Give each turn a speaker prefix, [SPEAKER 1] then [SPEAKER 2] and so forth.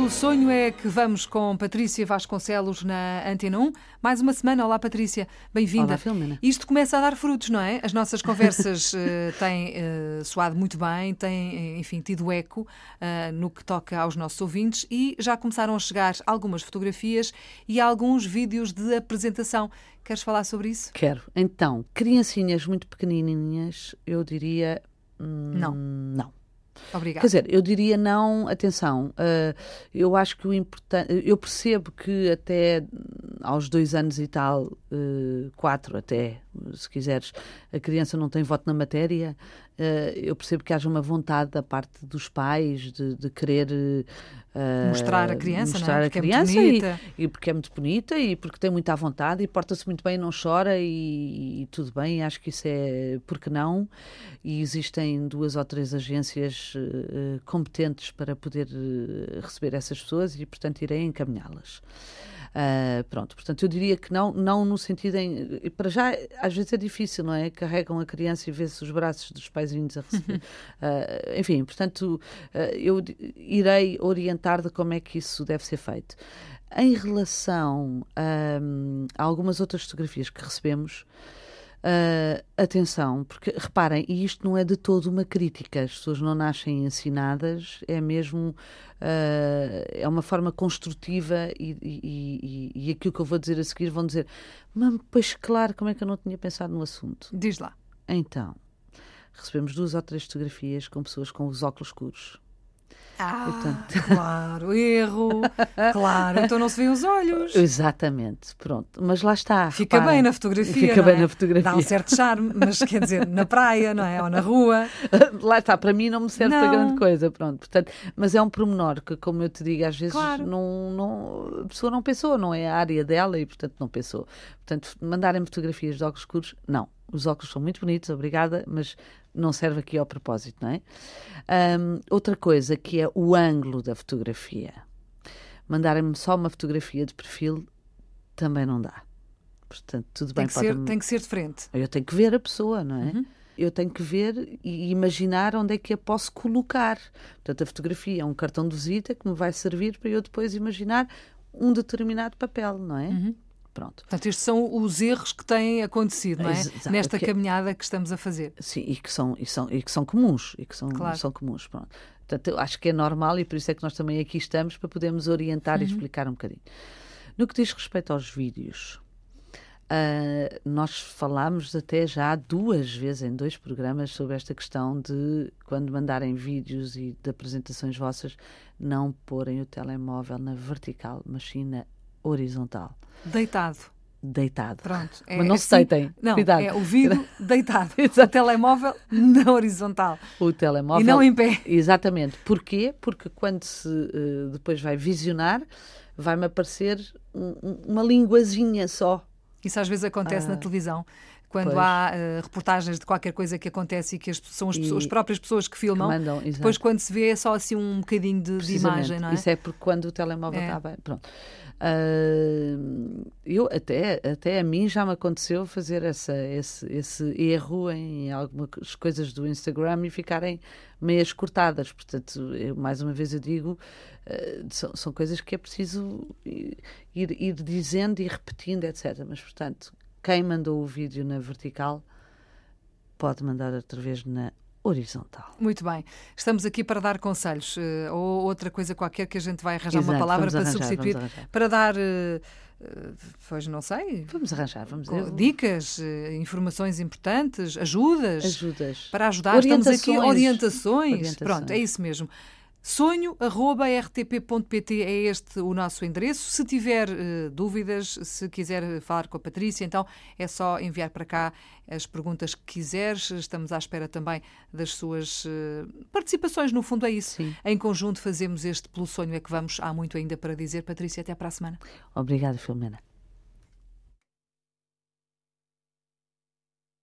[SPEAKER 1] O sonho é que vamos com Patrícia Vasconcelos na Antena 1. Mais uma semana. Olá, Patrícia. Bem-vinda.
[SPEAKER 2] Olá, Filomena.
[SPEAKER 1] Isto começa a dar frutos, não é? As nossas conversas eh, têm eh, soado muito bem, têm, eh, enfim, tido eco ah, no que toca aos nossos ouvintes e já começaram a chegar algumas fotografias e alguns vídeos de apresentação. Queres falar sobre isso?
[SPEAKER 2] Quero. Então, criancinhas muito pequenininhas, eu diria. hum,
[SPEAKER 1] Não.
[SPEAKER 2] Não. Quer
[SPEAKER 1] Obrigada.
[SPEAKER 2] dizer, eu diria não, atenção, ah, eu acho que o importante, eu percebo que até hum, aos dois anos e tal, eh, quatro até, se quiseres, a criança não tem voto na matéria, ah, eu percebo que haja uma vontade da parte dos pais de, de querer eh, ah,
[SPEAKER 1] Mostrar a criança,
[SPEAKER 2] mostrar
[SPEAKER 1] não é?
[SPEAKER 2] a
[SPEAKER 1] Porque
[SPEAKER 2] criança
[SPEAKER 1] é muito
[SPEAKER 2] e-
[SPEAKER 1] bonita.
[SPEAKER 2] e porque é muito bonita e porque tem muita vontade e porta-se muito bem, não chora e, e tudo bem, acho que isso é porque não. E existem duas ou três agências eh, eh, competentes para poder eh, receber essas pessoas e, portanto, irei encaminhá-las. Ah, pronto, portanto, eu diria que não, não no sentido em. e Para já, às vezes é difícil, não é? Carregam a criança e vê-se os braços dos paizinhos a receber. Ah, enfim, portanto, ah, eu di- irei orientar de como é que isso deve ser feito. Em relação hum, a algumas outras fotografias que recebemos, ah, atenção, porque reparem, e isto não é de todo uma crítica, as pessoas não nascem ensinadas, é mesmo ah, é uma forma construtiva e, e, e, e aquilo que eu vou dizer a seguir vão dizer, mas pois claro, como é que eu não tinha pensado no assunto?
[SPEAKER 1] Diz lá.
[SPEAKER 2] Então, recebemos duas ou três fotografias com pessoas com os óculos escuros.
[SPEAKER 1] Ah,
[SPEAKER 2] Portanto-
[SPEAKER 1] claro, erro. Claro, então não se vêem os olhos.
[SPEAKER 2] Exatamente, pronto, mas lá está.
[SPEAKER 1] Fica
[SPEAKER 2] reparem.
[SPEAKER 1] bem na fotografia.
[SPEAKER 2] Fica
[SPEAKER 1] não
[SPEAKER 2] bem
[SPEAKER 1] é?
[SPEAKER 2] na fotografia.
[SPEAKER 1] Dá um certo charme, mas quer dizer, na praia, não é? Ou na rua.
[SPEAKER 2] Lá está, para mim não me serve para
[SPEAKER 1] Não.
[SPEAKER 2] grande coisa, pronto. Portanto, mas é um pormenor que, como eu te digo, às vezes
[SPEAKER 1] Claro.
[SPEAKER 2] não, não, a pessoa não pensou, não é a área dela e, portanto, não pensou. Portanto, mandarem fotografias de óculos escuros, não. Os óculos são muito bonitos, obrigada, mas não serve aqui ao propósito, não é? Ahm, outra coisa que é o ângulo da fotografia. Mandarem-me só uma fotografia de perfil também não dá. Portanto, tudo
[SPEAKER 1] Tem
[SPEAKER 2] bem,
[SPEAKER 1] que, ser,
[SPEAKER 2] podem-
[SPEAKER 1] tem que ser de frente.
[SPEAKER 2] eu tenho que ver a pessoa, não é? Eu tenho que ver e imaginar onde é que a posso colocar. Portanto, a fotografia é um cartão de visita que me vai servir para eu depois imaginar um determinado papel, não é? Pronto.
[SPEAKER 1] Portanto, estes são os erros que têm acontecido, não é?
[SPEAKER 2] Exato,
[SPEAKER 1] Nesta
[SPEAKER 2] que-
[SPEAKER 1] caminhada que estamos a fazer.
[SPEAKER 2] Sim, e que são, e são, e que são comuns. E que são,
[SPEAKER 1] Claro.
[SPEAKER 2] são comuns, pronto. Portanto, eu acho que é normal e por isso é que nós também aqui estamos para podermos orientar
[SPEAKER 1] Uhum.
[SPEAKER 2] e explicar um bocadinho. No que diz respeito aos vídeos, ah, nós falámos até já duas vezes em dois programas sobre esta questão de quando mandarem vídeos e de apresentações vossas, não porem o telemóvel na vertical, mas sim na horizontal,
[SPEAKER 1] Deitado.
[SPEAKER 2] deitado.
[SPEAKER 1] Pronto. É
[SPEAKER 2] Mas não se deitem,
[SPEAKER 1] Não,
[SPEAKER 2] cuidado.
[SPEAKER 1] é o vídeo deitado. o
[SPEAKER 2] Exato.
[SPEAKER 1] telemóvel na horizontal.
[SPEAKER 2] O telemóvel.
[SPEAKER 1] é E não em pé.
[SPEAKER 2] Exatamente. Porquê? Porque quando se eh, depois vai visionar, vai-me aparecer um- um- uma linguazinha só.
[SPEAKER 1] Isso às vezes acontece na televisão. Quando
[SPEAKER 2] Ah, pois.
[SPEAKER 1] há eh, reportagens de qualquer coisa que acontece e que as- são as, pessoas,
[SPEAKER 2] E-
[SPEAKER 1] as próprias pessoas que
[SPEAKER 2] Que
[SPEAKER 1] filmam,
[SPEAKER 2] mandam,
[SPEAKER 1] depois
[SPEAKER 2] exato,
[SPEAKER 1] quando se vê é só assim um bocadinho de, de
[SPEAKER 2] precisamente.
[SPEAKER 1] imagem, não é?
[SPEAKER 2] Isso é porque quando o telemóvel
[SPEAKER 1] É.
[SPEAKER 2] está bem. Pronto. Ah, eu até, até a mim já me aconteceu fazer essa, esse, esse erro em algumas coisas do Instagram e ficarem meias cortadas. Portanto, eu, mais uma vez eu digo, ah, são, são coisas que é preciso ir, ir dizendo e repetindo, etc. Mas, portanto, quem mandou o vídeo na vertical pode mandar outra vez na horizontal.
[SPEAKER 1] Muito bem. Estamos aqui para dar conselhos eh, ou outra coisa qualquer que a gente vai arranjar uma
[SPEAKER 2] Exato,
[SPEAKER 1] palavra
[SPEAKER 2] vamos
[SPEAKER 1] para
[SPEAKER 2] arranjar,
[SPEAKER 1] substituir,
[SPEAKER 2] vamos arranjar.
[SPEAKER 1] para dar, eh, eh, pois não sei,
[SPEAKER 2] Vamos arranjar, vamos
[SPEAKER 1] co-
[SPEAKER 2] eu-
[SPEAKER 1] dicas, eh, informações importantes, ajudas,
[SPEAKER 2] Ajudas.
[SPEAKER 1] para ajudar. Estamos aqui
[SPEAKER 2] Orientações.
[SPEAKER 1] orientações.
[SPEAKER 2] Orientações.
[SPEAKER 1] Pronto, é isso mesmo. Sonho.rtp.pt é este o nosso endereço. Se tiver eh, dúvidas, se quiser eh, falar com a Patrícia, então é só enviar para cá as perguntas que quiseres. Estamos à espera também das suas eh, participações. No fundo, é isso.
[SPEAKER 2] Sim.
[SPEAKER 1] Em conjunto, fazemos este Pelo Sonho é que vamos. Há muito ainda para dizer. Patrícia, até para a semana.
[SPEAKER 2] Obrigada, Filomena.